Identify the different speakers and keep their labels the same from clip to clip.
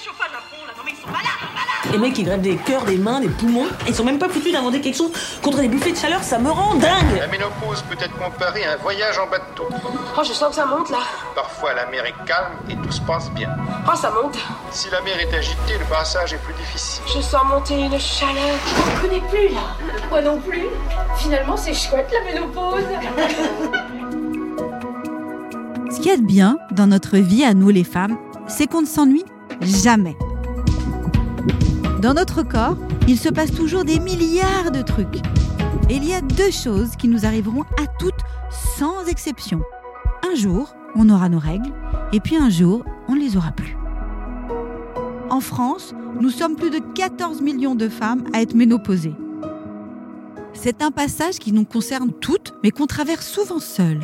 Speaker 1: con, là. Non, mais ils sont malades, malades
Speaker 2: Les mecs, ils grèvent des cœurs, des mains, des poumons. Ils sont même pas foutus d'inventer quelque chose contre les buffets de chaleur. Ça me rend dingue.
Speaker 3: La ménopause peut être comparée à un voyage en bateau.
Speaker 4: Oh, je sens que ça monte là.
Speaker 3: Parfois la mer est calme et tout se passe bien.
Speaker 4: Oh, ça monte.
Speaker 3: Si la mer est agitée, le passage est plus difficile.
Speaker 4: Je sens monter une chaleur.
Speaker 5: Je connais plus là. Moi non plus. Finalement, c'est chouette la ménopause.
Speaker 6: Ce qu'il y a de bien dans notre vie à nous les femmes, c'est qu'on ne s'ennuie jamais. Dans notre corps, il se passe toujours des milliards de trucs. Et il y a deux choses qui nous arriveront à toutes sans exception. Un jour, on aura nos règles, et puis un jour, on ne les aura plus. En France, nous sommes plus de 14 millions de femmes à être ménopausées. C'est un passage qui nous concerne toutes, mais qu'on traverse souvent seules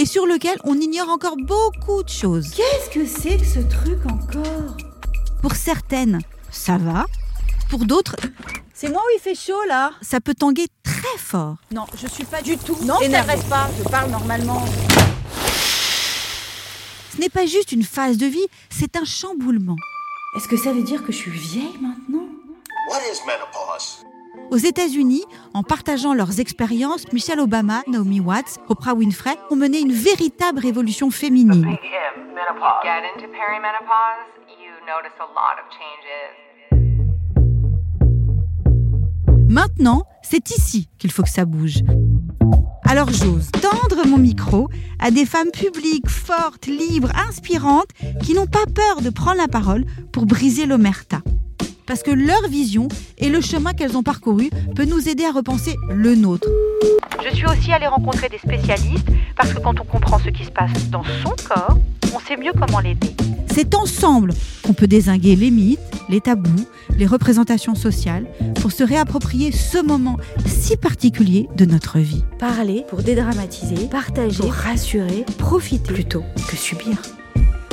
Speaker 6: et sur lequel on ignore encore beaucoup de choses.
Speaker 5: Qu'est-ce que c'est que ce truc encore
Speaker 6: Pour certaines, ça va. Pour d'autres,
Speaker 5: C'est moi où il fait chaud là
Speaker 6: ça peut tanguer très fort.
Speaker 5: Non, je suis pas du tout.
Speaker 6: Non, ça
Speaker 5: énervée.
Speaker 6: reste
Speaker 5: pas. Je parle normalement.
Speaker 6: Ce n'est pas juste une phase de vie, c'est un chamboulement.
Speaker 5: Est-ce que ça veut dire que je suis vieille maintenant
Speaker 3: What is menopause?
Speaker 6: Aux États-Unis, en partageant leurs expériences, Michelle Obama, Naomi Watts, Oprah Winfrey ont mené une véritable révolution féminine.
Speaker 7: Get into perimenopause, you notice a lot of changes.
Speaker 6: Maintenant, c'est ici qu'il faut que ça bouge. Alors j'ose tendre mon micro à des femmes publiques, fortes, libres, inspirantes, qui n'ont pas peur de prendre la parole pour briser l'omerta. Parce que leur vision et le chemin qu'elles ont parcouru peut nous aider à repenser le nôtre.
Speaker 8: Je suis aussi allée rencontrer des spécialistes parce que quand on comprend ce qui se passe dans son corps, on sait mieux comment l'aider.
Speaker 6: C'est ensemble qu'on peut désinguer les mythes, les tabous, les représentations sociales pour se réapproprier ce moment si particulier de notre vie.
Speaker 5: Parler pour dédramatiser, partager pour rassurer, profiter plutôt que subir.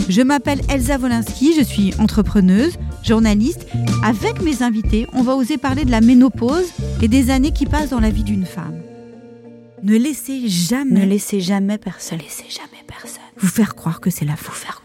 Speaker 6: Je m'appelle Elsa Wolinski, je suis entrepreneuse, journaliste. Avec mes invités, on va oser parler de la ménopause et des années qui passent dans la vie d'une femme. Ne laissez
Speaker 5: Ne
Speaker 6: jamais
Speaker 5: laissez jamais personne. Ne laissez jamais personne.
Speaker 6: vous faire croire que c'est la fou faire